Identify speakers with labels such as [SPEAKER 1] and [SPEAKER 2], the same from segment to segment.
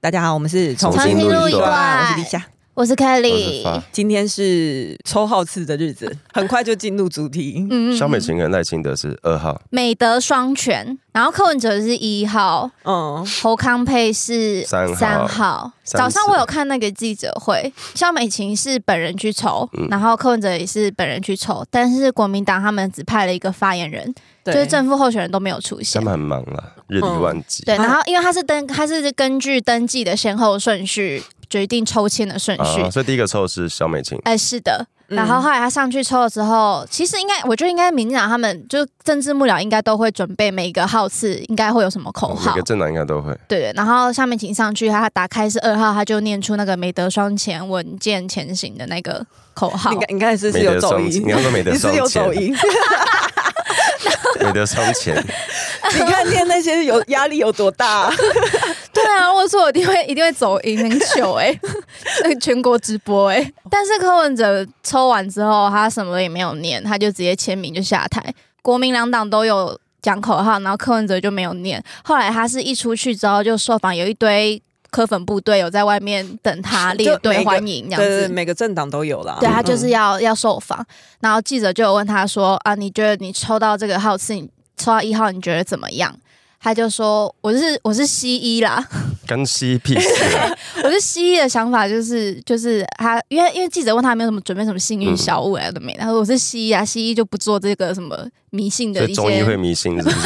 [SPEAKER 1] 大家好，我们是重
[SPEAKER 2] 新录一段
[SPEAKER 1] 段，我是立夏。
[SPEAKER 2] 我是
[SPEAKER 3] 我是
[SPEAKER 2] Kelly，
[SPEAKER 3] 发
[SPEAKER 1] 今天是抽号次的日子，很快就进入主题。
[SPEAKER 2] 嗯
[SPEAKER 3] 肖美琴跟赖清德是二号，
[SPEAKER 2] 美德双全，然后柯文哲是一号，
[SPEAKER 1] 嗯，
[SPEAKER 2] 侯康佩是
[SPEAKER 3] 三号
[SPEAKER 2] 号
[SPEAKER 3] 三
[SPEAKER 2] 早上
[SPEAKER 3] 次
[SPEAKER 2] 我有看那个记者会，肖美琴是本人去抽，
[SPEAKER 3] 嗯
[SPEAKER 2] 然后柯文哲也是本人去抽，但是国民党他们只派了一个发言人，
[SPEAKER 1] 对，
[SPEAKER 2] 就是正副候选人都没有出
[SPEAKER 3] 他
[SPEAKER 2] 现。
[SPEAKER 3] 们很忙啦，
[SPEAKER 1] 嗯
[SPEAKER 3] 日理万机。
[SPEAKER 2] 对，
[SPEAKER 1] 啊
[SPEAKER 2] 然后因为他是登，他是根据登记的先后顺序决定抽签的顺序。
[SPEAKER 3] 啊，所以第一个抽的是肖美琴，
[SPEAKER 2] 哎、是的。
[SPEAKER 1] 嗯
[SPEAKER 2] 然后后来他上去抽了之后，其实应该，我觉得应该民进党他们就政治幕僚应该都会准备每一个号次应该会有什么
[SPEAKER 1] 哦
[SPEAKER 2] 口
[SPEAKER 3] 嗯哦每
[SPEAKER 2] 号
[SPEAKER 3] 个，政党应该都会。
[SPEAKER 2] 对对。然后下面请上去，他打开是二号，他就念出那个美德双前文件前行的那个口号
[SPEAKER 1] 你。看，你看是是
[SPEAKER 3] 美
[SPEAKER 1] 有
[SPEAKER 3] 德
[SPEAKER 1] 走
[SPEAKER 3] 双
[SPEAKER 1] 音，
[SPEAKER 3] 你要说美德
[SPEAKER 1] 你是有
[SPEAKER 3] 双
[SPEAKER 1] 走
[SPEAKER 3] 全
[SPEAKER 1] 音。
[SPEAKER 3] 美德双钱，
[SPEAKER 1] 你看念那些有压力有多大？
[SPEAKER 2] 对啊，我说我一定会一定会走音，很糗哎、 那个全国直播哎、但是柯文哲抽完之后，他什么也没有念，他就直接签名就下台。国民两党都有讲口号，然后柯文哲就没有念。后来他是一出去之后就受访，有一堆柯粉部队有在外面等他 列
[SPEAKER 1] 就每
[SPEAKER 2] 队
[SPEAKER 1] 个
[SPEAKER 2] 欢迎这
[SPEAKER 1] 对
[SPEAKER 2] 样
[SPEAKER 1] 对，
[SPEAKER 2] 子。
[SPEAKER 1] 每个政党都有啦。嗯
[SPEAKER 2] 对他就是要要受访，然后记者就有问他说啊，你觉得你抽到这个号次，你抽到一号，你觉得怎么样？他就说我是我是西医啦，
[SPEAKER 3] 干西屁事啊！
[SPEAKER 2] 我是西医的想法就是就是他，因为因为记者问他有没有什么准备什么幸运小物啊都没，他说我是西医啊，西医就不做这个什么迷信
[SPEAKER 3] 所
[SPEAKER 2] 的
[SPEAKER 3] 以
[SPEAKER 2] 一
[SPEAKER 3] 中医
[SPEAKER 2] 些
[SPEAKER 3] 会。迷信是 不是？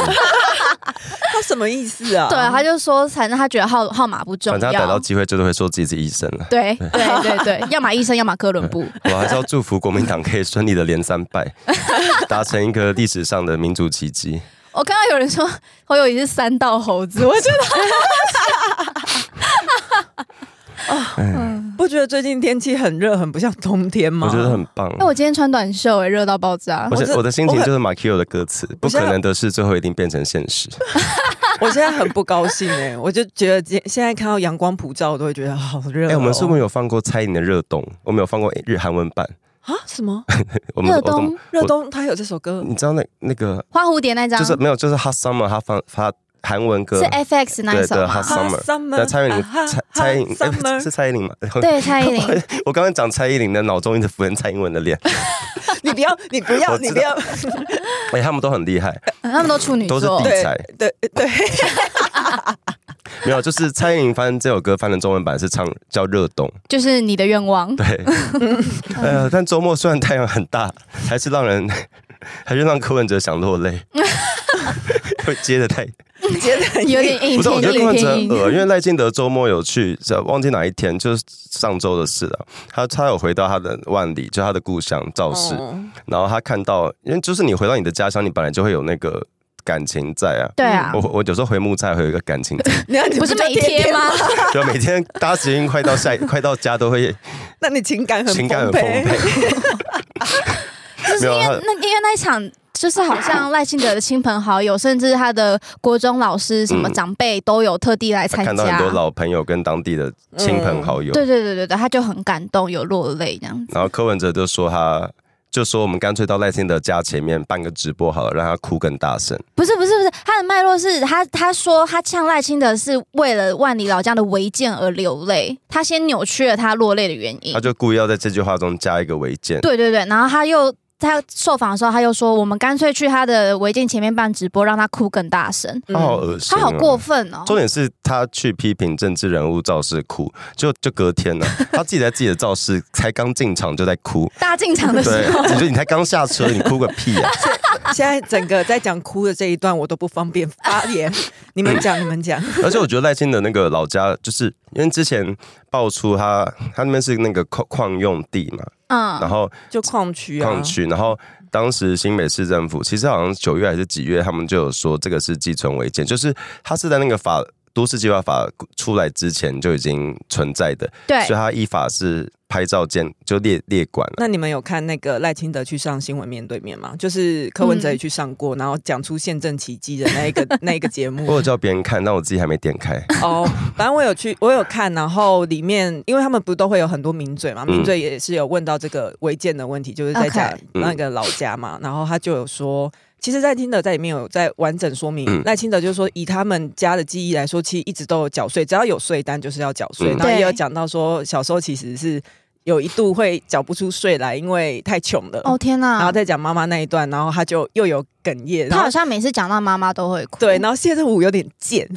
[SPEAKER 1] 他什么意思啊？
[SPEAKER 2] 对啊，他就说，反正他觉得号号码不重
[SPEAKER 3] 反正他逮到
[SPEAKER 2] 要。
[SPEAKER 3] 机会就是会说自己是医生 了。
[SPEAKER 2] 对对对对，要么医生，要么哥伦布。
[SPEAKER 3] 我还是要祝福国民党可以顺利的连三 败，达成一个历史上的民主奇迹。
[SPEAKER 2] 我看到有人说侯友谊是三道猴子，我觉得
[SPEAKER 1] 不觉得最近天气很热，很不像冬天吗？
[SPEAKER 3] 我觉得很棒。
[SPEAKER 2] 哎，我今天穿短袖哎，热到爆炸
[SPEAKER 3] 我。
[SPEAKER 1] 我这
[SPEAKER 3] 是我的心情
[SPEAKER 1] 我很
[SPEAKER 3] 就是马奎尔的歌词，不
[SPEAKER 1] 现
[SPEAKER 3] 可
[SPEAKER 1] 在
[SPEAKER 3] 能的事最后一定变成现实。
[SPEAKER 1] 我现在很不高兴哎、我就觉得今现在看到阳光普照，我都会觉得好热、哦。
[SPEAKER 3] 哎、我们是不是有放过蔡依林的《热冬》？我们有放过日韩文版。
[SPEAKER 1] 啊？什么？
[SPEAKER 3] 我们
[SPEAKER 2] 热
[SPEAKER 3] 我
[SPEAKER 2] 冬
[SPEAKER 3] 懂
[SPEAKER 1] 热冬他有这首歌
[SPEAKER 3] 你知道那那个
[SPEAKER 2] 花蝴蝶那张
[SPEAKER 3] 就是没有，就是 Hot Summer，他放他韩文歌
[SPEAKER 2] 是，FX 那一首
[SPEAKER 3] 对对
[SPEAKER 2] 吗
[SPEAKER 3] 他？Summer，那蔡依林蔡蔡依林哎
[SPEAKER 1] Summer，
[SPEAKER 3] 是蔡依林吗？
[SPEAKER 2] 对，蔡依林。
[SPEAKER 3] 我刚刚讲蔡依林的脑中一直浮现蔡英文的脸，
[SPEAKER 1] 你不要，你不要，
[SPEAKER 3] 我知道
[SPEAKER 1] 你不要，
[SPEAKER 3] 哎，他们都很厉害，
[SPEAKER 2] 嗯他们都处女
[SPEAKER 3] 都是
[SPEAKER 2] 座
[SPEAKER 3] 地。
[SPEAKER 1] 对
[SPEAKER 3] 才
[SPEAKER 1] 对对，
[SPEAKER 3] 没有，就是蔡依林翻这首歌翻成中文版是唱叫《热冬》，
[SPEAKER 2] 就是你的愿望。
[SPEAKER 3] 对，
[SPEAKER 2] 嗯
[SPEAKER 3] 呃，但周末虽然太阳很大，还是让人 还是让柯文哲想落泪， 会接的太
[SPEAKER 1] 你觉得很
[SPEAKER 2] 有点硬，
[SPEAKER 3] 不是，我觉得柯
[SPEAKER 2] 有
[SPEAKER 3] 文哲
[SPEAKER 2] 点
[SPEAKER 3] 很
[SPEAKER 2] 硬。
[SPEAKER 3] 恶，因为赖清德周末有去，这忘记哪一天，就是上周的事了。他他有回到他的万里，就他的故乡肇事，
[SPEAKER 1] 哦
[SPEAKER 3] 然后他看到，因为就是你回到你的家乡，你本来就会有那个感情在啊。
[SPEAKER 2] 对啊
[SPEAKER 3] 我，我有时候回木菜会有一个感情在，
[SPEAKER 1] 你看你
[SPEAKER 2] 不是
[SPEAKER 1] 就
[SPEAKER 2] 每天吗？？
[SPEAKER 3] 就每天搭捷运快到下快到家都会
[SPEAKER 1] 那你情感很
[SPEAKER 3] 情感很丰
[SPEAKER 1] 沛，
[SPEAKER 3] 沛，
[SPEAKER 2] 就是因
[SPEAKER 3] 没有
[SPEAKER 2] 为
[SPEAKER 3] 他
[SPEAKER 2] 那因为那一场。就是好像赖清德的亲朋好友，甚至他的国中老师、什么
[SPEAKER 3] 嗯
[SPEAKER 2] 长辈都有特地来参
[SPEAKER 3] 看到很
[SPEAKER 2] 加。
[SPEAKER 3] 多老朋友跟当地的亲朋
[SPEAKER 1] 嗯
[SPEAKER 3] 好友。
[SPEAKER 2] 对对对对对，他就很感动，有落泪这样子。
[SPEAKER 3] 然后柯文哲就说他。就说我们干脆到赖清德家前面办个直播好了，让他哭更大声。
[SPEAKER 2] 不是不是不是，他的脉络是他他说他呛赖清德是为了万里老家的违建而流泪，他先扭曲了他落泪的原因
[SPEAKER 3] 他。就故意要在这句话中加一个违建。
[SPEAKER 2] 对对对，然后他又他受访的时候，他又说我们干脆去他的违建前面办直播，让他哭更大声。
[SPEAKER 1] 嗯
[SPEAKER 3] 他好恶心、
[SPEAKER 2] 他
[SPEAKER 3] 哦，
[SPEAKER 2] 好过分哦！
[SPEAKER 3] 重点是他去批评政治人物肇事哭，就就隔天 呢、他自己在自己的肇事才刚进场就在哭。
[SPEAKER 2] 大进场的时
[SPEAKER 3] 对
[SPEAKER 2] 候，，
[SPEAKER 3] 你说你才刚下车，你哭个屁 啊！
[SPEAKER 1] 现在整个在讲哭的这一段，我都不方便发言。 你们讲，你们讲。
[SPEAKER 3] 而且我觉得赖清德那个老家，就是因为之前爆出他他那边是那个矿矿用地嘛，然
[SPEAKER 2] 嗯，
[SPEAKER 3] 后
[SPEAKER 1] 就矿区啊，
[SPEAKER 3] 矿区，然后当时新北市政府其实好像九月还是几月，他们就有说这个是寄存违建，就是它是在那个法都市计划法出来之前就已经存在的，
[SPEAKER 2] 对
[SPEAKER 3] 所以它依法是拍照建就列列管 了。
[SPEAKER 1] 那你们有看那个赖清德去上新闻面对面吗？就是柯文哲
[SPEAKER 2] 嗯
[SPEAKER 1] 也去上过，然后讲出宪政奇迹的那一 个那一个节
[SPEAKER 3] 我
[SPEAKER 1] 目
[SPEAKER 3] 有叫别人看，但我自己还没点开。
[SPEAKER 1] 哦。反正我有去，我有看，然后里面因为他们不都会有很多名嘴嘛，
[SPEAKER 3] 嗯
[SPEAKER 1] 名嘴也是有问到这个违建的问题，就是在讲
[SPEAKER 2] OK
[SPEAKER 3] 嗯
[SPEAKER 1] 那个老家嘛，然后他就有说。其实赖清德在里面有在完整说明
[SPEAKER 3] 嗯，
[SPEAKER 1] 赖、清德就是说，以他们家的记忆来说，其实一直都有缴税，只要有税单就是要缴税。
[SPEAKER 3] 嗯
[SPEAKER 1] 然后也有
[SPEAKER 2] 对
[SPEAKER 1] 讲到说，小时候其实是有一度会缴不出税来，因为太穷了。
[SPEAKER 2] 哦天哪！
[SPEAKER 1] 然后再讲妈妈那一段，然后他就又有哽咽，然
[SPEAKER 2] 他
[SPEAKER 1] 后
[SPEAKER 2] 好像每次讲到妈妈都会哭。
[SPEAKER 1] 对，然后谢振武有点贱，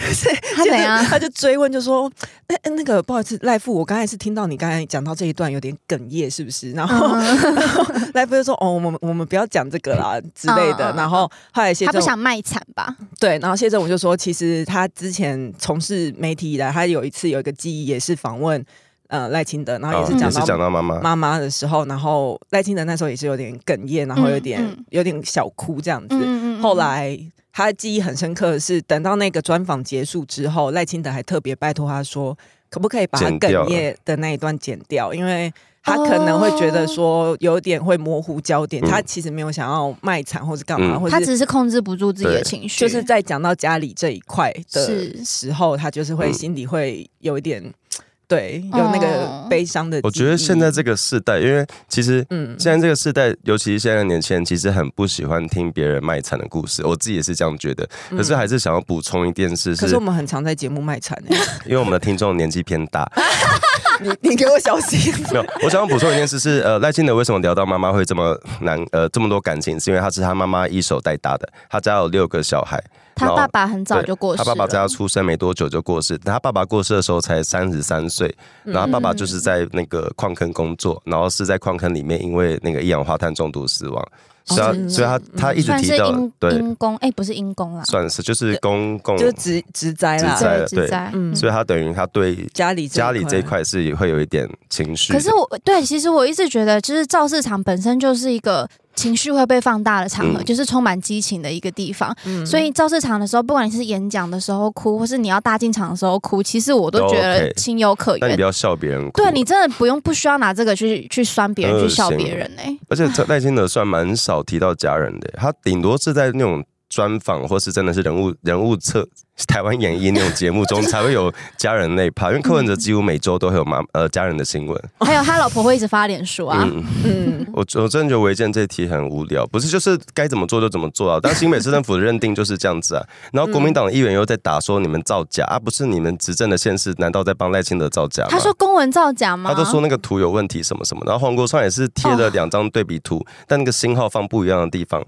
[SPEAKER 2] 他怎样
[SPEAKER 1] 就是？他就追问，就说：“哎、哎那个不好意思，赖父，我刚才是听到你刚才讲到这一段有点哽咽，是不是？”
[SPEAKER 2] 嗯
[SPEAKER 1] 然后、 赖父就说：“哦，我们我们不要讲这个啦之类的。
[SPEAKER 2] 嗯嗯嗯
[SPEAKER 1] 然后后来谢
[SPEAKER 2] 他
[SPEAKER 1] 振
[SPEAKER 2] 不
[SPEAKER 1] 武
[SPEAKER 2] 想卖惨吧？
[SPEAKER 1] 对，然后谢振武就说：“其实他之前从事媒体以来，他有一次有一个记忆也是访问呃赖清德，然后也是
[SPEAKER 3] 哦啊也
[SPEAKER 1] 讲
[SPEAKER 3] 是
[SPEAKER 1] 到
[SPEAKER 3] 讲到妈妈，
[SPEAKER 1] 妈妈的时候，然后赖清德那时候也是有点哽咽，然后有点、
[SPEAKER 2] 嗯嗯
[SPEAKER 1] 有点小哭这样子。
[SPEAKER 2] 嗯
[SPEAKER 1] 后来他记忆很深刻的是，等到那个专访结束之后，赖清德还特别拜托他说，可不可以把他
[SPEAKER 3] 剪掉
[SPEAKER 1] 哽咽的那一段剪掉，因为他可能会觉得说有点会模糊焦点，
[SPEAKER 3] 嗯
[SPEAKER 1] 他其实没有想要卖惨或是干嘛，
[SPEAKER 3] 嗯
[SPEAKER 1] 或
[SPEAKER 2] 他
[SPEAKER 1] 者是。
[SPEAKER 2] 只是控制不住自己的
[SPEAKER 3] 对
[SPEAKER 2] 情绪，
[SPEAKER 1] 就是在讲到家里这一块的
[SPEAKER 2] 是
[SPEAKER 1] 时候，他就是会
[SPEAKER 3] 嗯
[SPEAKER 1] 心里会有一点，对，有那个
[SPEAKER 2] 哦
[SPEAKER 1] 悲伤的记忆。
[SPEAKER 3] 我觉得现在这个世代，因为其实
[SPEAKER 1] 嗯，
[SPEAKER 3] 现在这个世代，尤其是现在的年轻人，其实很不喜欢听别人卖惨的故事。我自己也是这样觉得，可是还是想要补充一件事
[SPEAKER 1] 嗯
[SPEAKER 3] 是，
[SPEAKER 1] 可是我们很常在节目卖惨、 欸，
[SPEAKER 3] 因为我们的听众年纪偏大，
[SPEAKER 1] 你你给我小 心。
[SPEAKER 3] 没有。我想要补充一件事是，呃，赖清德为什么聊到妈妈会这么难，呃，这么多感情，是因为他是他妈妈一手带大的，他家有六个小孩，
[SPEAKER 2] 他
[SPEAKER 3] 然后
[SPEAKER 2] 爸爸很早
[SPEAKER 3] 对
[SPEAKER 2] 就过世
[SPEAKER 3] 他
[SPEAKER 2] 了，
[SPEAKER 3] 爸爸在他出生没多久就过世，他爸爸过世的时候才三十三岁，
[SPEAKER 2] 嗯
[SPEAKER 3] 然后他爸爸就是在那个矿坑工作，然后是在矿坑里面因为那个一氧化碳中毒死亡，
[SPEAKER 2] 哦
[SPEAKER 3] 所以他、
[SPEAKER 2] 嗯
[SPEAKER 1] 真的
[SPEAKER 3] 所以他他一直
[SPEAKER 2] 算
[SPEAKER 3] 提
[SPEAKER 2] 是
[SPEAKER 3] 到
[SPEAKER 2] 因
[SPEAKER 3] 对，
[SPEAKER 2] 因公，哎，不是因公啦，
[SPEAKER 3] 算是就是公共，
[SPEAKER 1] 就是职职灾啦
[SPEAKER 3] 职，灾
[SPEAKER 2] 对
[SPEAKER 3] 了对
[SPEAKER 2] 之灾。
[SPEAKER 1] 嗯，
[SPEAKER 3] 所以他等于他对
[SPEAKER 1] 家里
[SPEAKER 3] 家里这一
[SPEAKER 1] 一，
[SPEAKER 3] 块是会有一点情绪的，
[SPEAKER 2] 可是我对，其实我一直觉得，就是造市场本身就是一个情绪会被放大的场合，
[SPEAKER 3] 嗯
[SPEAKER 2] 就是充满激情的一个地方。
[SPEAKER 1] 嗯
[SPEAKER 2] 所以造市场的时候，不管你是演讲的时候哭，或是你要大进场的时候哭，其实我都
[SPEAKER 3] 都
[SPEAKER 2] 觉得
[SPEAKER 3] OK
[SPEAKER 2] 情有可
[SPEAKER 3] 但你
[SPEAKER 2] 原
[SPEAKER 3] 不。要笑别人哭，
[SPEAKER 2] 对你真的不用不需要拿这个去去酸别人、
[SPEAKER 3] 很恶
[SPEAKER 2] 去笑
[SPEAKER 3] 心
[SPEAKER 2] 别人哎、
[SPEAKER 3] 而且这赖清德算蛮少提到家人的，他顶多是在那种专访或是真的是人物人物测台湾演艺那种节目中才会有家人那一趴，因为柯文哲几乎每周都会有妈呃家人的新闻。
[SPEAKER 2] 还有他老婆会一直发脸书啊，
[SPEAKER 3] 嗯，
[SPEAKER 1] 嗯，
[SPEAKER 3] 我我真的觉得违建这题很无聊，不是就是该怎么做就怎么做啊？但新北市政府的认定就是这样 子啊。然后国
[SPEAKER 2] 嗯
[SPEAKER 3] 民党的议员又在打说你们造假啊，不是你们执政的县市难道在帮赖清德造假吗？
[SPEAKER 2] 他说公文造假吗？哦
[SPEAKER 3] 他就说那个图有问题什么什么，然后黄国昌也是贴了两张对比图，但那个星号放不一样的地 方，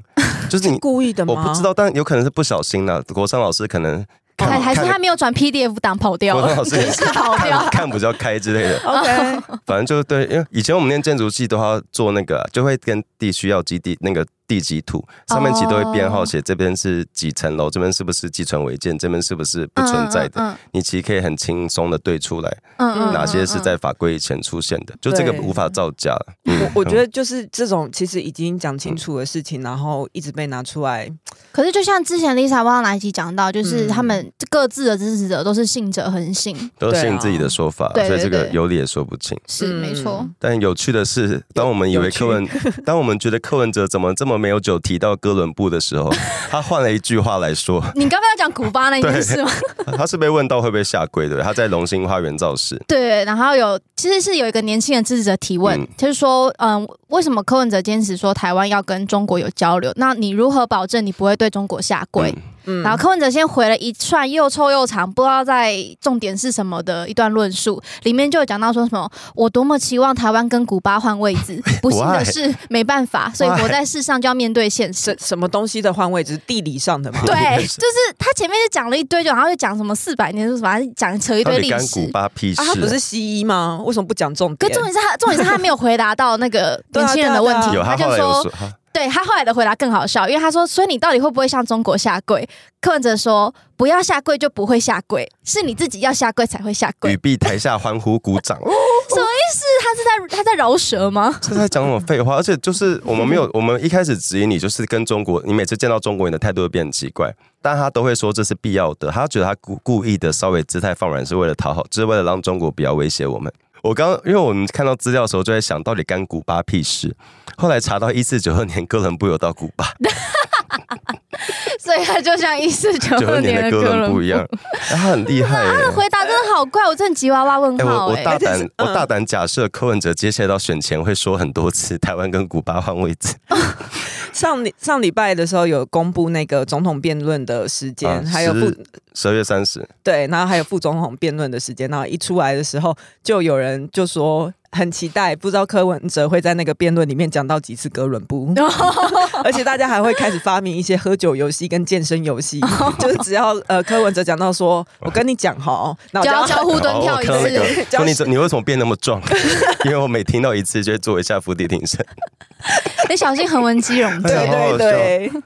[SPEAKER 3] 就是你
[SPEAKER 1] 故意的吗？
[SPEAKER 3] 我不知，道，但有可能是不小心啦。国昌老师可能看
[SPEAKER 2] 还还是
[SPEAKER 3] 看
[SPEAKER 2] 他没有转 PDF 档跑掉
[SPEAKER 3] 国昌
[SPEAKER 2] 了，
[SPEAKER 3] 老 师可能
[SPEAKER 2] 是跑掉
[SPEAKER 3] 看。看比较开之类的，
[SPEAKER 1] OK，
[SPEAKER 3] 反正就是对，因为以前我们念建筑系都要做那个啊，就会跟地区要基地那个地籍图上面其实都会编号写这边是几层楼，这边是不是寄存违建，这边是不是 不存在的，
[SPEAKER 2] 嗯，
[SPEAKER 3] 你其实可以很轻松的对出来
[SPEAKER 2] 嗯嗯嗯
[SPEAKER 3] 哪些是
[SPEAKER 2] 嗯
[SPEAKER 3] 在法规以前出现的，就这个
[SPEAKER 1] 对
[SPEAKER 3] 无法造假。嗯
[SPEAKER 1] 我我觉得就是这种其实已经讲清楚的事情，然后一直被拿出来，
[SPEAKER 2] 可是就像之前 Lisa 不知道哪一集讲到，就是
[SPEAKER 1] 嗯
[SPEAKER 2] 他们各自的支持者都是信者恒信，
[SPEAKER 3] 都
[SPEAKER 1] 对啊
[SPEAKER 3] 信自己的说法，
[SPEAKER 2] 对对
[SPEAKER 3] 所以这个
[SPEAKER 2] 对
[SPEAKER 3] 有理也说不清。
[SPEAKER 2] 是
[SPEAKER 1] 嗯
[SPEAKER 2] 没错。
[SPEAKER 3] 但有趣的是，当我们以为
[SPEAKER 1] 有趣
[SPEAKER 3] 柯文，当我们觉得柯文哲怎么这么没有酒提到哥伦布的时候，他换了一句话来说，
[SPEAKER 2] 你刚刚要讲古巴那件事吗？
[SPEAKER 3] 他是被问到会不会下跪的，他在龙兴花园造势。
[SPEAKER 2] 对，然后有其实是有一个年轻人支持者提问，
[SPEAKER 3] 嗯
[SPEAKER 2] 就是说，嗯，为什么柯文哲坚持说台湾要跟中国有交流？那你如何保证你不会对中国下跪？
[SPEAKER 3] 嗯
[SPEAKER 1] 嗯，
[SPEAKER 2] 然后柯文哲先回了一串又臭又长，不知道在重点是什么的一段论述，里面就有讲到说什么我多么期望台湾跟古巴换位 置，不幸的
[SPEAKER 3] Why？
[SPEAKER 2] 是没办法，所以
[SPEAKER 3] Why？
[SPEAKER 2] 活在世上就要面对现实
[SPEAKER 1] 什。什么东西的换位只是地理上的嘛？
[SPEAKER 2] 对，就是他前面就讲了一堆，然后又讲什么四百年，就是反正讲扯一
[SPEAKER 3] 到
[SPEAKER 2] 堆
[SPEAKER 3] 底
[SPEAKER 2] 历
[SPEAKER 3] 干古
[SPEAKER 2] 史。
[SPEAKER 3] 巴屁事、
[SPEAKER 1] 啊，他不是西医吗？为什么不讲重
[SPEAKER 2] 可
[SPEAKER 1] 点？
[SPEAKER 2] 重点是他，重点是他没有回答到那个
[SPEAKER 1] 对啊
[SPEAKER 2] 年轻人的问题，
[SPEAKER 1] 对啊
[SPEAKER 3] 有
[SPEAKER 2] 他
[SPEAKER 3] 他
[SPEAKER 2] 就
[SPEAKER 3] 后来有
[SPEAKER 2] 说，
[SPEAKER 3] 说，他
[SPEAKER 2] 对他后来的回答更好笑，因为他说：“所以你到底会不会向中国下跪？”柯文哲说：“不要下跪就不会下跪，是你自己要下跪才会下 跪。
[SPEAKER 3] 语毕台下欢呼鼓掌，
[SPEAKER 2] 他在他在饶 舌吗？
[SPEAKER 3] 这在讲什么废话？而且就是我们 没有，我们一开始质疑你，就是跟中国，你每次见到中国人的态度会变得奇怪，但他都会说这是必要的，他觉得他故故意的稍微姿态放软是为了讨好， 就是为了让中国不要威胁我们。我刚因为我们看到资料的时候就在想，到底干古巴哎屁事？后来查到一四九二年哥伦布有到古巴，
[SPEAKER 2] 所以对啊，就像一四九
[SPEAKER 3] 九
[SPEAKER 2] 二
[SPEAKER 3] 二年
[SPEAKER 2] 的
[SPEAKER 3] 的
[SPEAKER 2] 哥
[SPEAKER 3] 哥伦
[SPEAKER 2] 伦
[SPEAKER 3] 布一样，哎他很厉害耶、
[SPEAKER 2] 他的回答真的好怪，我真的吉娃娃问
[SPEAKER 3] 哎、我
[SPEAKER 2] 号
[SPEAKER 3] 我
[SPEAKER 2] 哎、
[SPEAKER 3] 大胆
[SPEAKER 1] 嗯，
[SPEAKER 3] 我大胆假设柯文哲接下来到选前会说很多次 台湾跟古巴换位置，
[SPEAKER 1] 上礼上礼拜的时候有公布那个总统辩论的时间，
[SPEAKER 3] 啊
[SPEAKER 1] 还有
[SPEAKER 3] 十
[SPEAKER 1] 副
[SPEAKER 3] 十二月三十，
[SPEAKER 1] 对，然后还有副总统辩论的时间，然后一出来的时候，就有人就说很期待，不知道柯文哲会在那个辩论里面讲到几次哥伦 布，而且大家还会开始发明一些喝酒游戏跟健身游 戏，就是只要呃柯文哲讲到说，我跟你讲哈，那我
[SPEAKER 2] 就
[SPEAKER 1] 就
[SPEAKER 2] 要 教互
[SPEAKER 3] 然
[SPEAKER 2] 蹲
[SPEAKER 3] 后
[SPEAKER 2] 跳
[SPEAKER 3] 哦我
[SPEAKER 2] 一
[SPEAKER 3] 看到那
[SPEAKER 2] 次，
[SPEAKER 3] 个，说你怎你为什么变那么壮？因为我每听到一次就会做一下伏地挺身。
[SPEAKER 2] 得小心横纹肌 溶
[SPEAKER 3] 对好
[SPEAKER 2] 解。
[SPEAKER 3] 好
[SPEAKER 1] 对对对。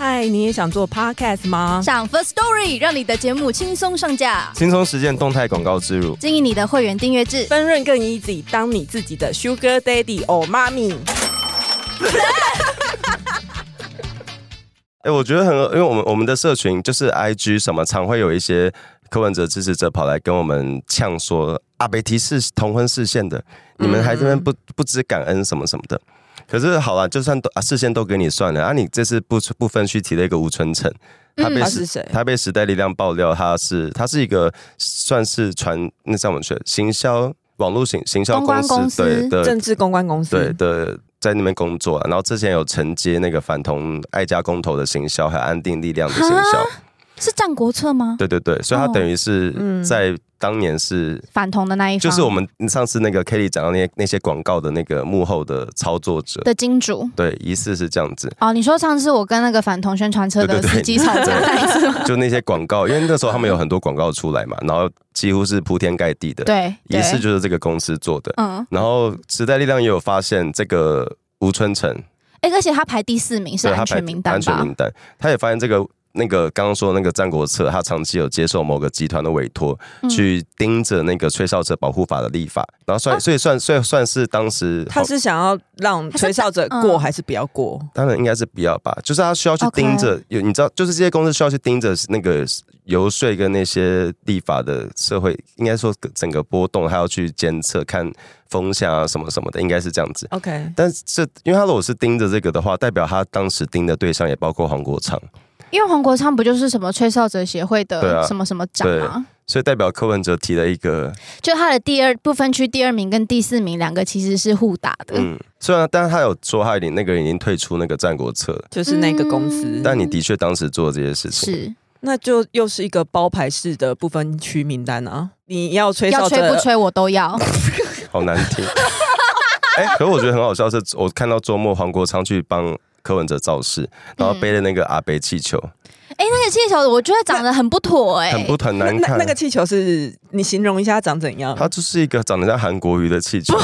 [SPEAKER 1] 嗨，你也想做 podcast 吗？
[SPEAKER 2] 上 First Story 让你的节目轻松上架，
[SPEAKER 3] 轻松实践动态广告植入，
[SPEAKER 2] 经营你的会员订阅制。
[SPEAKER 1] 分润更 easy，当你自己的 sugar daddy or mommy。
[SPEAKER 3] 哎、我觉得很，因为我们我们的社群就是 IG 什么，常会有一些柯文哲支持者跑来跟我们呛说，阿北提是同婚视线的，
[SPEAKER 2] 嗯
[SPEAKER 3] 你们还这边不不知感恩什么什么的。可是好了，就算都啊视线都给你算了，啊你这次不不分区提了一个吴春成，他
[SPEAKER 2] 嗯
[SPEAKER 3] 被
[SPEAKER 1] 他
[SPEAKER 3] 时、
[SPEAKER 1] 是谁？
[SPEAKER 3] 他被时代力量爆料，他是他是一个算是传那叫什么学行销网络行行销
[SPEAKER 2] 公关
[SPEAKER 3] 公司
[SPEAKER 2] 公司
[SPEAKER 3] 对
[SPEAKER 2] 嗯
[SPEAKER 3] 的
[SPEAKER 1] 政治公关公司。
[SPEAKER 3] 呃对的，在那边工作、啊，然后之前有承接那个反同爱家公投的行销，还有安定力量的行销，
[SPEAKER 2] 是战国策吗？
[SPEAKER 3] 对对对，所以他
[SPEAKER 2] 哦
[SPEAKER 3] 等于是
[SPEAKER 1] 嗯
[SPEAKER 3] 在当年是。
[SPEAKER 2] 反同的那一方，
[SPEAKER 3] 就是我们上次那个 Kelly 讲到那些那些广告的那个幕后的操作者，
[SPEAKER 2] 的金主
[SPEAKER 3] 对，疑似是这样子，
[SPEAKER 2] 哦。你说上次我跟那个反同宣传车
[SPEAKER 3] 对
[SPEAKER 2] 的
[SPEAKER 3] 对对
[SPEAKER 2] 司机吵 架那一次吗，
[SPEAKER 3] 就那些广告，因为那时候他们有很多广告出 来嘛，然后几乎是铺天盖地的，
[SPEAKER 2] 对，
[SPEAKER 3] 疑似
[SPEAKER 2] 对，
[SPEAKER 3] 就是这个公司做的。
[SPEAKER 2] 嗯，
[SPEAKER 3] 然后时代力量也有发现这个吴春成，
[SPEAKER 2] 哎，而且他排第四名是
[SPEAKER 3] 对他
[SPEAKER 2] 安
[SPEAKER 3] 排
[SPEAKER 2] 全名单
[SPEAKER 3] 安全
[SPEAKER 2] 吧？
[SPEAKER 3] 名单，他也发现这个那个刚刚说的那个战国策，他长期有接受某个集团的委托，
[SPEAKER 2] 嗯
[SPEAKER 3] 去盯着那个吹哨者保护法的立法，然后算、
[SPEAKER 2] 啊
[SPEAKER 3] 所以算所以算是当时
[SPEAKER 1] 他是想要让吹哨者
[SPEAKER 2] 还是
[SPEAKER 1] 过
[SPEAKER 2] 嗯
[SPEAKER 1] 还是不要过？
[SPEAKER 3] 当然应该是不要吧，就是他需要去
[SPEAKER 2] OK
[SPEAKER 3] 盯着有你知道，就是这些公司需要去盯着那个游说跟那些立法的社会，应该说整个波动，还要去监测看风向啊什么什么的，应该是这样子。
[SPEAKER 1] OK，
[SPEAKER 3] 但是这，因为他如果是盯着这个的话，代表他当时盯的对象也包括黄国昌，
[SPEAKER 2] 因为黄国昌不就是什么吹哨者协会
[SPEAKER 3] 对啊
[SPEAKER 2] 的什么什么长吗？
[SPEAKER 3] 所以代表柯文哲提了一个
[SPEAKER 2] 就他的第二不分区第二名跟第四名两个其实是互打的，
[SPEAKER 3] 嗯，虽然但是他有说他已经那个人已经退出那个战国策了，
[SPEAKER 1] 就是那个公司。
[SPEAKER 2] 嗯
[SPEAKER 3] 但你的确当时做这些事情，
[SPEAKER 2] 是
[SPEAKER 1] 那就又是一个包牌式的不分区名单啊！你要吹
[SPEAKER 2] 要
[SPEAKER 1] 哨
[SPEAKER 2] 吹不
[SPEAKER 1] 者，
[SPEAKER 2] 吹我都 要。
[SPEAKER 3] 好难 听。哎、可是我觉得很好笑是，我看到周末黄国昌去帮柯文哲造势，然后背了那个阿北气球，
[SPEAKER 2] 哎，那个气球我觉得长得很不妥哎，
[SPEAKER 3] 很不很
[SPEAKER 1] 那
[SPEAKER 3] 难
[SPEAKER 1] 那
[SPEAKER 3] 看。
[SPEAKER 1] 那个气球是你形容一下它长怎样？
[SPEAKER 3] 它就是一个长得像韩国瑜的气球，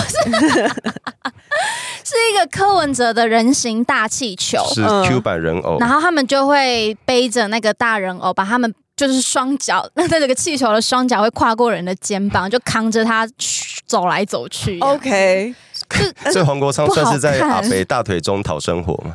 [SPEAKER 2] 是一个柯文哲的人形大气球，
[SPEAKER 3] 是
[SPEAKER 1] 嗯
[SPEAKER 3] Q 版人偶
[SPEAKER 2] 然，后他们就会背着那个大人偶，把他们就是双脚，那这个气球的双脚会跨过人的肩膀，就扛着他嘘走来走去。
[SPEAKER 1] OK，
[SPEAKER 3] 所以黄国昌
[SPEAKER 2] 呃不好
[SPEAKER 3] 算是在
[SPEAKER 2] 看
[SPEAKER 3] 阿北大腿中讨生活嘛？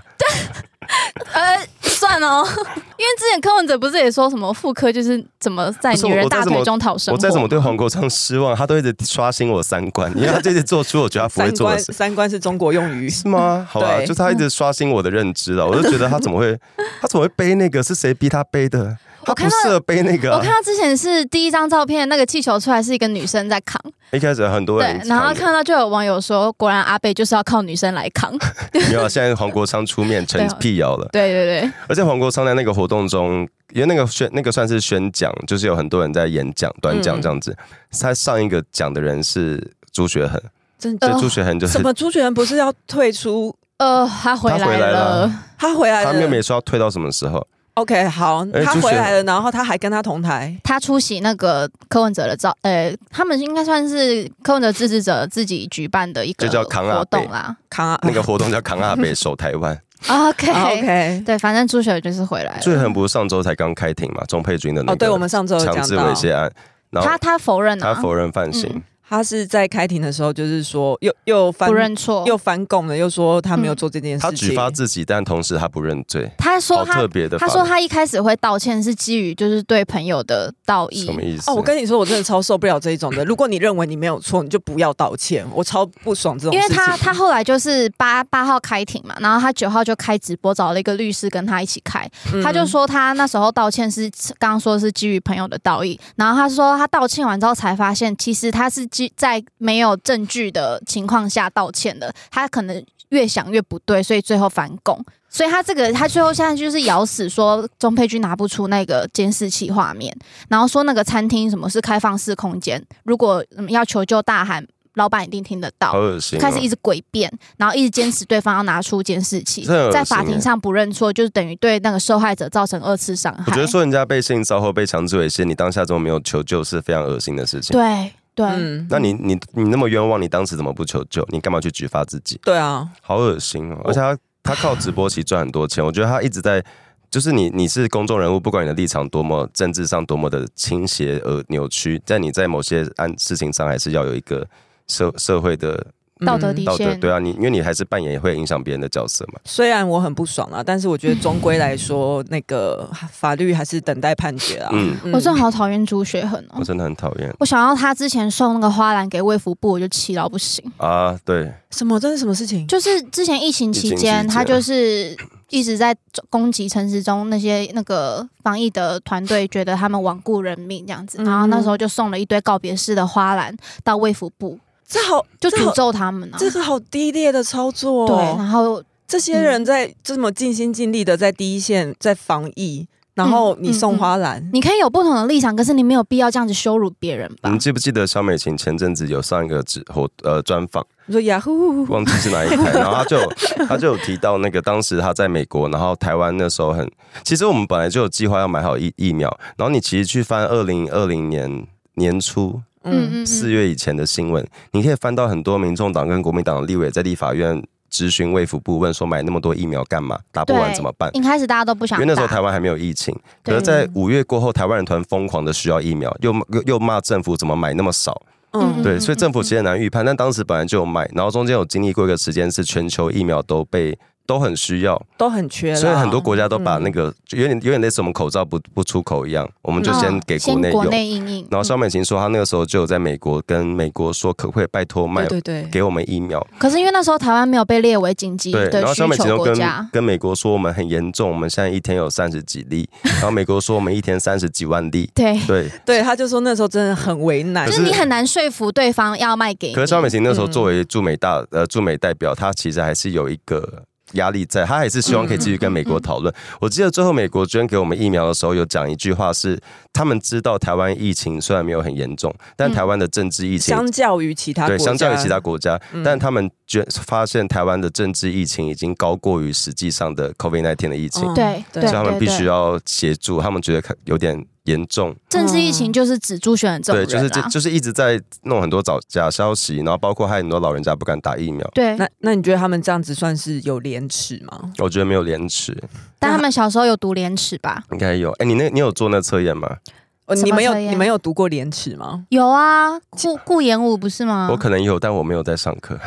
[SPEAKER 2] 呃，算哦， 因为之前柯文哲不是也说什么妇科就是怎么在
[SPEAKER 3] 不是
[SPEAKER 2] 女人
[SPEAKER 3] 我再
[SPEAKER 2] 大
[SPEAKER 3] 怎么
[SPEAKER 2] 腿中讨生活？
[SPEAKER 3] 我再怎么对黄国昌失望，他都一直刷新我三观，因为他这次做出我觉得他不会
[SPEAKER 1] 三
[SPEAKER 3] 做的
[SPEAKER 1] 观
[SPEAKER 3] 事。
[SPEAKER 1] 三观是中国用语，
[SPEAKER 3] 是吗？好吧，
[SPEAKER 1] 对
[SPEAKER 3] 就是他一直刷新我的认知了，啊我就觉得他怎么会，他怎么会背那个？是谁逼他背的？他不
[SPEAKER 2] 我看到
[SPEAKER 3] 适合背那个、
[SPEAKER 2] 我
[SPEAKER 3] 啊
[SPEAKER 2] 看。到之前是第一张照片，那个气球出来是一个女生在扛，
[SPEAKER 3] 一开始很多人
[SPEAKER 2] 对，然后看到就有网友说，果然阿贝就是要靠女生来扛，
[SPEAKER 3] 没有啊，现在黄国昌出面 成
[SPEAKER 2] 对啊
[SPEAKER 3] 辟谣了。
[SPEAKER 2] 对对对，
[SPEAKER 3] 而且黄国昌在那个活动中，因为那个宣那个算是宣讲，就是有很多人在演讲、短讲
[SPEAKER 1] 嗯
[SPEAKER 3] 这样子。他上一个讲的人是朱学恒，
[SPEAKER 1] 真
[SPEAKER 3] 所
[SPEAKER 1] 的。
[SPEAKER 3] 以朱学恒就是
[SPEAKER 1] 哦什么朱全不是要退出？
[SPEAKER 2] 呃，他回
[SPEAKER 3] 他
[SPEAKER 2] 来
[SPEAKER 3] 回来
[SPEAKER 2] 了
[SPEAKER 3] 了，
[SPEAKER 1] 他回来哦
[SPEAKER 3] 他们又
[SPEAKER 1] 了。
[SPEAKER 3] 没说要退到什么时候，
[SPEAKER 1] OK，好，
[SPEAKER 3] 哎
[SPEAKER 1] 他
[SPEAKER 3] 朱
[SPEAKER 1] 回
[SPEAKER 3] 璇
[SPEAKER 1] 来了，然后他还跟他同台。
[SPEAKER 2] 他出席那个柯文哲的照，呃，他们应该算是柯文哲支持者自己举办的一个
[SPEAKER 3] 就叫啊扛阿
[SPEAKER 2] 活动
[SPEAKER 3] 伯
[SPEAKER 2] 啦。
[SPEAKER 1] 康
[SPEAKER 3] 那个活动叫扛阿北守台湾。
[SPEAKER 2] OK、
[SPEAKER 1] 啊 OK，
[SPEAKER 2] 对，反正朱雪就是回来
[SPEAKER 3] 朱学
[SPEAKER 2] 了。
[SPEAKER 3] 恒不是上周才刚开庭嘛？钟佩君的
[SPEAKER 1] 哎
[SPEAKER 3] 那
[SPEAKER 1] 哦，
[SPEAKER 3] 个
[SPEAKER 1] 对，我们上周有
[SPEAKER 3] 强
[SPEAKER 1] 讲
[SPEAKER 3] 制
[SPEAKER 1] 到
[SPEAKER 3] 猥。亵案，然后
[SPEAKER 2] 他他否认
[SPEAKER 3] 他
[SPEAKER 2] 啊，
[SPEAKER 3] 否认犯行。
[SPEAKER 1] 他是在开庭的时候，就是说又又翻
[SPEAKER 2] 不认错，
[SPEAKER 1] 又翻供了，又说他没有
[SPEAKER 2] 嗯
[SPEAKER 1] 做这件
[SPEAKER 3] 他
[SPEAKER 1] 事情。
[SPEAKER 3] 举发自己，但同时他不认罪，
[SPEAKER 2] 他说
[SPEAKER 3] 好
[SPEAKER 2] 他
[SPEAKER 3] 特别的法
[SPEAKER 2] 他
[SPEAKER 3] 律。
[SPEAKER 2] 说他一开始会道歉是基于就是对朋友的道义
[SPEAKER 3] 什，么意思？
[SPEAKER 1] 哦，我跟你说，我真的超受不了这一种 的。如果你认为你没有错，你就不要道歉，我超不爽这种
[SPEAKER 2] 因
[SPEAKER 1] 事
[SPEAKER 2] 为
[SPEAKER 1] 情。
[SPEAKER 2] 他他后来就是八八号开庭嘛，然后他九号就开直播，找了一个律师跟他一起开，
[SPEAKER 1] 嗯
[SPEAKER 2] 他就说他那时候道歉是刚刚说是基于朋友的道义，然后他说他道歉完之后才发现，其实他是基在没有证据的情况下道歉的，他可能越想越不对，所以最后反供。所以他这个，他最后现在就是咬死说钟佩君拿不出那个监视器画面，然后说那个餐厅什么是开放式空间，如果、嗯要求救大喊，老板一定听得到
[SPEAKER 3] 好。恶心、哦，
[SPEAKER 2] 开始一直诡辩，然后一直坚持对方要拿出监视 器
[SPEAKER 3] 这很恶，心
[SPEAKER 2] 在法庭
[SPEAKER 3] 欸
[SPEAKER 2] 上不认错，就是等于对那个受害者造成二次伤害。
[SPEAKER 3] 我觉得说人家被性骚扰、被强制猥亵，你当下都没有求救是非常恶心的事情。
[SPEAKER 2] 对对，
[SPEAKER 1] 嗯，
[SPEAKER 3] 那你你你那么冤枉，你当时怎么不求救？你干嘛去举发自己？
[SPEAKER 1] 对啊，
[SPEAKER 3] 好恶心哦！
[SPEAKER 1] 我
[SPEAKER 3] 而且他他靠直播期赚很多钱，我觉得他一直在，就是你你是公众人物，不管你的立场多么政治上多么的倾斜而扭曲，在你在某些案事情上还是要有一个社社会的
[SPEAKER 2] 道
[SPEAKER 1] 嗯
[SPEAKER 2] 德底
[SPEAKER 3] 道德，
[SPEAKER 2] 线
[SPEAKER 3] 对啊，你因为你还是扮演会影响别人的角色嘛。
[SPEAKER 1] 虽然我很不爽啊，但是我觉得终归来说，那个法律还是等待判决啊。
[SPEAKER 3] 嗯，
[SPEAKER 1] 嗯
[SPEAKER 2] 我真的好讨厌朱雪恒
[SPEAKER 3] 我
[SPEAKER 2] 哦。
[SPEAKER 3] 真的很讨厌
[SPEAKER 2] 我想到他之前送那个花篮给卫福部，我就气到不行。
[SPEAKER 3] 啊！对，
[SPEAKER 1] 什么？这是什么事情？
[SPEAKER 2] 就是之前疫情期
[SPEAKER 3] 疫情期间
[SPEAKER 2] 间，他就是一直在攻击陈时中那些那个防疫的团队，觉得他们罔顾人命这样子。
[SPEAKER 1] 嗯
[SPEAKER 2] 然后那时候就送了一堆告别式的花篮到卫福部，
[SPEAKER 1] 这好，
[SPEAKER 2] 就
[SPEAKER 1] 这
[SPEAKER 2] 诅
[SPEAKER 1] 好，
[SPEAKER 2] 咒他们啊。
[SPEAKER 1] 这个好低劣的操作、
[SPEAKER 2] 对，
[SPEAKER 1] 哦。
[SPEAKER 2] 然后
[SPEAKER 1] 这些人在这么尽心尽力的在第一线在防疫，然后你送花篮，
[SPEAKER 2] 你可以有不同的立场，可是你没有必要这样子羞辱别人吧
[SPEAKER 3] 你？记不记得肖美琴前阵子有上一个直活呃专访？
[SPEAKER 1] 你说呀呼，
[SPEAKER 3] 忘记是哪一 台，然后他就有他就有提到那个当时他在美国，然后台湾那时候很，其实我们本来就有计划要买好疫疫苗，然后你其实去翻二零二零年年初
[SPEAKER 1] 嗯，
[SPEAKER 3] 四月以前的新闻，你可以翻到很多民众党跟国民党的立委在立法院咨询卫福部问说买那么多疫苗干嘛，打不完
[SPEAKER 2] 对
[SPEAKER 3] 怎么办？
[SPEAKER 2] 一开始大家都不想
[SPEAKER 3] 因
[SPEAKER 2] 打，
[SPEAKER 3] 为那时候台湾还没有疫情，可是，
[SPEAKER 2] 对
[SPEAKER 3] 在五月过后，台湾人突然疯狂的需要疫苗，又又又骂政府怎么买那么少，
[SPEAKER 1] 嗯，
[SPEAKER 3] 对，所以政府其实很难预判，但当时本来就有买，然后中间有经历过一个时间是全球疫苗都被都很需要，
[SPEAKER 1] 都很缺啦，
[SPEAKER 3] 所以很多国家都把
[SPEAKER 2] 嗯
[SPEAKER 3] 那个、就有点有点类似我们口罩不不出口一样，我们就先
[SPEAKER 2] 嗯
[SPEAKER 3] 给国
[SPEAKER 2] 先
[SPEAKER 3] 内
[SPEAKER 2] 国
[SPEAKER 3] 用。
[SPEAKER 2] 内应应，
[SPEAKER 3] 然后肖
[SPEAKER 2] 嗯
[SPEAKER 3] 美琴说，她那个时候就有在美国跟美国说，可不可以拜托卖
[SPEAKER 1] 对对对，
[SPEAKER 3] 给我们疫苗？
[SPEAKER 2] 可是因为那时候台湾没有被列为紧急
[SPEAKER 3] 对，然
[SPEAKER 2] 的
[SPEAKER 3] 后
[SPEAKER 2] 需
[SPEAKER 3] 肖美琴
[SPEAKER 2] 求
[SPEAKER 3] 又
[SPEAKER 2] 国
[SPEAKER 3] 跟
[SPEAKER 2] 家，
[SPEAKER 3] 跟美国说我们很严重，我们现在一天有三十几例，然后美国说我们一天三十几万例。
[SPEAKER 2] 对，
[SPEAKER 3] 对，
[SPEAKER 1] 对，他就说那时候真的很为难，
[SPEAKER 3] 可
[SPEAKER 2] 就是是你很难说服对方要卖给你。
[SPEAKER 3] 可是肖美琴那时候
[SPEAKER 1] 嗯
[SPEAKER 3] 作为驻美大、呃驻美代表，她其实还是有一个压力在，她还是希望可以继续跟美国讨论。我记得最后美国捐给我们疫苗的时候，有讲一句话是，他们知道台湾疫情虽然没有很严重，但
[SPEAKER 2] 嗯
[SPEAKER 3] 台湾的政治疫情。
[SPEAKER 1] 相较于其他国
[SPEAKER 3] 对，
[SPEAKER 1] 家，
[SPEAKER 3] 相较于其他国家，
[SPEAKER 1] 嗯
[SPEAKER 3] 但他们觉发现台湾的政治疫情已经高过于实际上的 COVID-19 的疫情，
[SPEAKER 1] 嗯
[SPEAKER 2] 对
[SPEAKER 1] 对
[SPEAKER 3] 所
[SPEAKER 2] 对
[SPEAKER 3] 以他们
[SPEAKER 2] 对
[SPEAKER 3] 必须
[SPEAKER 2] 对，
[SPEAKER 3] 要协助。他们觉得有点严重，
[SPEAKER 2] 政治疫情就是指朱选这种
[SPEAKER 3] 对，
[SPEAKER 2] 人啊
[SPEAKER 3] 就是这
[SPEAKER 2] 啦
[SPEAKER 3] 就是一直在弄很多早假消息，然后包括害很多老人家不敢打疫苗。
[SPEAKER 2] 对，
[SPEAKER 1] 那那你觉得他们这样子算是有廉耻吗？
[SPEAKER 3] 我觉得没有廉耻，
[SPEAKER 2] 但他们小时候有读廉耻吧？
[SPEAKER 3] 应该有。哎、你那你有做那测验吗？
[SPEAKER 1] 呃
[SPEAKER 2] 什么
[SPEAKER 1] 你
[SPEAKER 2] 啊
[SPEAKER 1] 们有
[SPEAKER 2] 测验
[SPEAKER 1] 你们有读过廉耻吗？
[SPEAKER 2] 有啊，顾顾炎武不是吗？
[SPEAKER 3] 我可能有，但我没有在上课。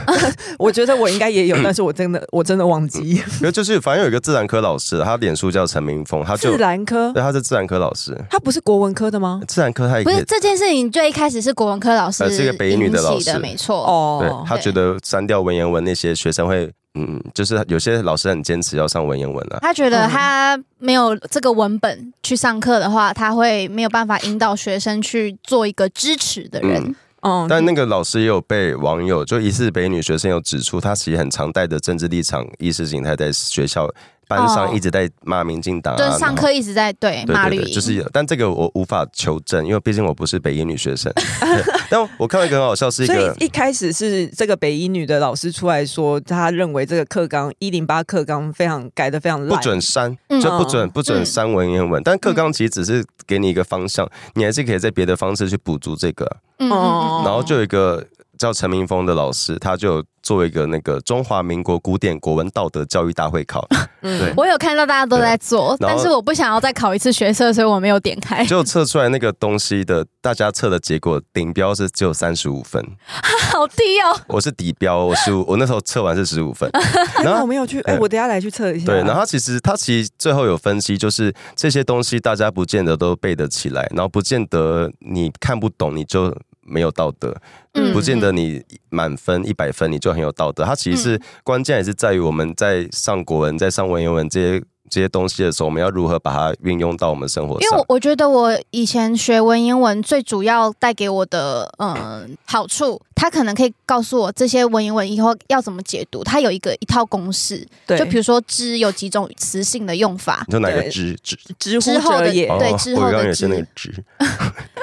[SPEAKER 1] 我觉得我应该也
[SPEAKER 3] 嗯
[SPEAKER 1] 有，但是我真的我真的忘记。
[SPEAKER 3] 因为就是反正有一个自然科老师，他脸书叫陈明峰，他啊就
[SPEAKER 1] 自然科
[SPEAKER 3] 对，他是自然科老师，
[SPEAKER 1] 他不是国文科的吗？
[SPEAKER 3] 自然科他也
[SPEAKER 2] 不
[SPEAKER 3] 可
[SPEAKER 2] 是
[SPEAKER 3] 以。
[SPEAKER 2] 这件事情，最一开始是国文科老师
[SPEAKER 3] 呃
[SPEAKER 2] 引
[SPEAKER 3] 是
[SPEAKER 2] 起
[SPEAKER 3] 一个北一女的老师
[SPEAKER 2] 没错。
[SPEAKER 3] 对
[SPEAKER 1] 哦，
[SPEAKER 3] 他觉得删掉文言文那些学生会，嗯，就是有些老师很坚持要上文言文啊。
[SPEAKER 2] 他觉得他没有这个文本去上课的话，他会没有办法引导学生去做一个支持的人。
[SPEAKER 3] 嗯
[SPEAKER 1] 哦，
[SPEAKER 3] 但那个老师也有被网友就疑似北女学生有指出，他其实很常带着政治立场、意识形态在学校班上
[SPEAKER 2] 哦
[SPEAKER 3] 一直在骂民进党啊，
[SPEAKER 2] 就是上
[SPEAKER 3] 然后
[SPEAKER 2] 课一直在对
[SPEAKER 3] 对
[SPEAKER 2] 哎骂
[SPEAKER 3] 对
[SPEAKER 2] 绿
[SPEAKER 3] 嗯对，
[SPEAKER 2] 营，
[SPEAKER 3] 就是有，但这个我无法求证，因为毕竟我不是北医女学生。 对但我看到一个很好笑，是一
[SPEAKER 1] 所
[SPEAKER 3] 个
[SPEAKER 1] 以一开始是这个北一女的老师出来说，他认为这个课纲一零八课纲非常改的非常
[SPEAKER 3] 不
[SPEAKER 1] 烂，
[SPEAKER 3] 准删，
[SPEAKER 2] 嗯
[SPEAKER 3] 就不准不准
[SPEAKER 2] 嗯
[SPEAKER 3] 删文言文，但课纲其实只是给你一个方向，你还是可以在别的方式去补足这个。
[SPEAKER 2] 嗯嗯
[SPEAKER 1] 哦
[SPEAKER 2] 嗯
[SPEAKER 3] 然后就有一个。叫陈明峰的老师，他就有做一个那个中华民国古典国文道德教育大会 考，
[SPEAKER 1] 嗯
[SPEAKER 3] 对
[SPEAKER 2] 我有看到大家都在做，
[SPEAKER 3] 对然
[SPEAKER 2] 但
[SPEAKER 3] 后
[SPEAKER 2] 是我不想要再考一次学测，所以我没有点开。
[SPEAKER 3] 结果测出来那个东西的，大家测的结果顶标是只有三十五分，
[SPEAKER 2] 好低哦，
[SPEAKER 3] 我是底标，我十五，我那时候测完是十 五分，然
[SPEAKER 1] 那我
[SPEAKER 3] 后。
[SPEAKER 1] 没有去，哎、
[SPEAKER 3] 哎
[SPEAKER 1] 我等一下来去测一下。
[SPEAKER 3] 对，然后他其实他其实最后有分析，就是这些东西大家不见得都背得起来，然后不见得你看不懂你就没有道德，
[SPEAKER 2] 嗯嗯
[SPEAKER 3] 不见得你满分一百分你就很有道德。它其实是关键，也是在于我们在上国文、在上文言文这些这些东西的时候，我们要如何把它运用到我们生活
[SPEAKER 2] 因为我
[SPEAKER 3] 上。
[SPEAKER 2] 我觉得我以前学文言文最主要带给我的嗯、呃好处，它可能可以告诉我这些文言文以后要怎么解读，它有一个一套公式，
[SPEAKER 1] 对，
[SPEAKER 2] 就比如说“之”有几种词性的用法
[SPEAKER 3] 你。说哪个
[SPEAKER 1] 对
[SPEAKER 3] 之之？
[SPEAKER 1] 直
[SPEAKER 2] 之
[SPEAKER 1] 呼
[SPEAKER 2] 后
[SPEAKER 1] 者
[SPEAKER 2] 的
[SPEAKER 1] 也，
[SPEAKER 2] 对
[SPEAKER 3] 哦
[SPEAKER 2] 之
[SPEAKER 3] 我
[SPEAKER 2] 后
[SPEAKER 3] 刚刚
[SPEAKER 2] 的
[SPEAKER 3] 也是
[SPEAKER 2] 之
[SPEAKER 3] 那个 之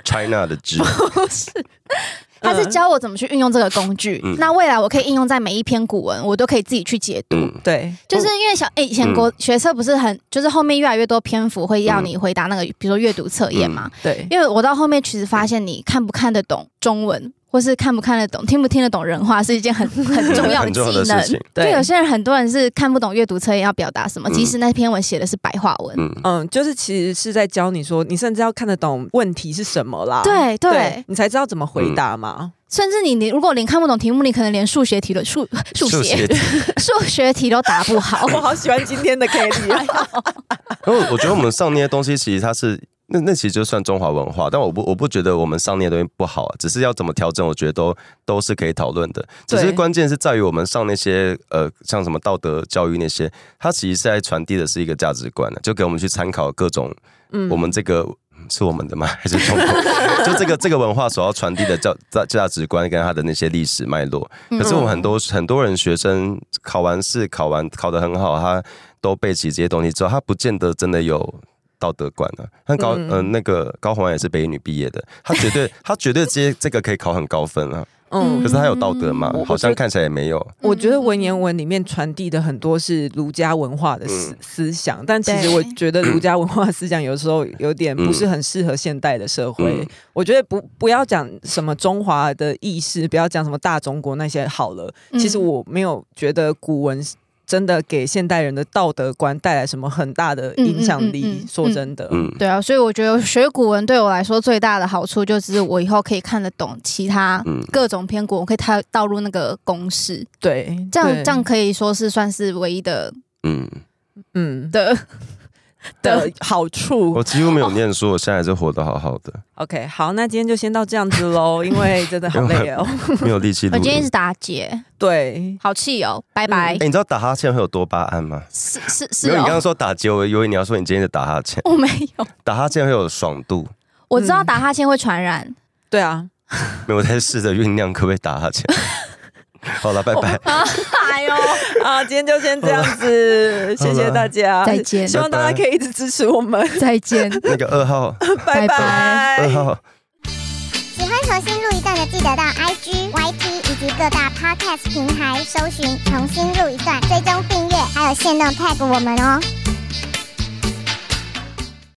[SPEAKER 3] ，China 的之，
[SPEAKER 2] 它
[SPEAKER 1] 嗯
[SPEAKER 2] 是教我怎么去运用这个工具。
[SPEAKER 3] 嗯
[SPEAKER 2] 那未来我可以应用在每一篇古文，我都可以自己去解读。哦
[SPEAKER 3] 嗯，
[SPEAKER 1] 对，
[SPEAKER 2] 就是因为小诶、以前
[SPEAKER 3] 嗯
[SPEAKER 2] 国学测不是很，就是后面越来越多篇幅会要你回答那个，比如说阅读测验嘛。
[SPEAKER 3] 嗯
[SPEAKER 1] 对，
[SPEAKER 2] 因为我到后面其实发现，你看不看得懂中文，或是看不看得懂、听不听得懂人话，是 一件很很重要的
[SPEAKER 3] 很重要的
[SPEAKER 2] 技
[SPEAKER 3] 事
[SPEAKER 2] 能
[SPEAKER 3] 情。。
[SPEAKER 2] 就
[SPEAKER 1] 对
[SPEAKER 2] 有些人，很多人是看不懂阅读测验要表达什么，
[SPEAKER 3] 嗯
[SPEAKER 2] 即使那篇文写的是白话文。
[SPEAKER 3] 嗯，
[SPEAKER 1] 嗯，就是其实是在教你说，你甚至要看得懂问题是什么啦，
[SPEAKER 2] 对对
[SPEAKER 1] 你才知道怎么回答嘛。
[SPEAKER 2] 甚至你你如果连看不懂题目，你可能连数学题都数数
[SPEAKER 3] 数
[SPEAKER 2] 学
[SPEAKER 3] 学
[SPEAKER 2] 数学题都答不好。
[SPEAKER 1] 哦我好喜欢今天 的
[SPEAKER 2] 哎
[SPEAKER 1] Kelly，哦
[SPEAKER 3] 因为我觉得我们上那些东西，其实它是那那其实就算中华文化，但我不我不觉得我们上那些东西不好、啊，只是要怎么调整，我觉得都都是可以讨论的。只
[SPEAKER 1] 对
[SPEAKER 3] 是关键是在于我们上那些呃，像什么道德教育那些，它其实是在传递的是一个价值观啊的，就给我们去参考各种
[SPEAKER 1] 嗯
[SPEAKER 3] 我们这个。是我们的吗？ 还是中国？就这个这个文化所要传递的价价价值观跟它的那些历史脉络，可是我们很
[SPEAKER 1] 嗯
[SPEAKER 3] 多很多人学生考完试考完考得很好，他都背起这些东西之后，他不见得真的有道德观啊。像高
[SPEAKER 1] 嗯
[SPEAKER 3] 嗯、呃、那个高宏安也是北一女毕业的，他绝 对他绝对这这个可以考很高分啊。
[SPEAKER 1] 嗯
[SPEAKER 3] 可是他有道德吗
[SPEAKER 1] 嗯？
[SPEAKER 3] 好像看起来也没有。
[SPEAKER 2] 嗯
[SPEAKER 1] 我觉得文言文里面传递的很多是儒家文化的
[SPEAKER 3] 嗯
[SPEAKER 1] 思思想，但其实
[SPEAKER 2] 对
[SPEAKER 1] 我觉得儒家文化思想有时候有点不是很适合现代的社会
[SPEAKER 3] 嗯。
[SPEAKER 1] 我觉得不不要讲什么中华的意识，不要讲什么大中国那些好了。其实
[SPEAKER 2] 嗯
[SPEAKER 1] 我没有觉得古文真的给现代人的道德观带来什么很大的影响力。
[SPEAKER 2] 嗯嗯嗯嗯
[SPEAKER 1] 说真的，
[SPEAKER 3] 嗯，
[SPEAKER 2] 对啊，所以我觉得学古文对我来说最大的好处就是我以后可以看得懂其他
[SPEAKER 3] 嗯
[SPEAKER 2] 各种篇古文，我可以套倒入那个公式，
[SPEAKER 1] 对，
[SPEAKER 2] 这样
[SPEAKER 1] 对
[SPEAKER 2] 这样，可以说是算是唯一的
[SPEAKER 3] 嗯，
[SPEAKER 1] 嗯
[SPEAKER 2] 的
[SPEAKER 1] 的好处
[SPEAKER 3] 我几乎没有念
[SPEAKER 2] 哦
[SPEAKER 3] 书，我现在还是活得好好 的，
[SPEAKER 1] OK，好，那今天就先到这样子喽，因为真的好累 哦。
[SPEAKER 3] 没有力气录
[SPEAKER 2] 我
[SPEAKER 3] 音。
[SPEAKER 2] 今天是打结，
[SPEAKER 1] 对，
[SPEAKER 2] 好气哦，拜拜
[SPEAKER 3] 哎、。你知道打哈欠会有多巴胺吗？
[SPEAKER 2] 是是
[SPEAKER 3] 没
[SPEAKER 2] 是
[SPEAKER 3] 有，你刚刚
[SPEAKER 2] 哦，
[SPEAKER 3] 说打结，我以为你要说你今天的打哈 欠，
[SPEAKER 2] 我没有，
[SPEAKER 3] 打哈欠会有爽度。
[SPEAKER 2] 我知道打哈欠会传染。
[SPEAKER 1] 对啊，
[SPEAKER 3] 没有，我在试着酝酿可不可以打 哈欠。好了，拜拜。
[SPEAKER 2] 哎呦，
[SPEAKER 1] 啊，今天就先这样子，谢谢大家，
[SPEAKER 2] 再见
[SPEAKER 1] 希望大家可以一直支持我 们，
[SPEAKER 2] 再见。
[SPEAKER 3] 那个二号，
[SPEAKER 1] 拜
[SPEAKER 2] 拜
[SPEAKER 1] 拜
[SPEAKER 3] 二。号。
[SPEAKER 4] 喜欢重新录一段的，记得到 IG、YT 以及各大 Podcast 平台搜寻“重新录一段”，追踪订阅，还有限定 tag 我们哦。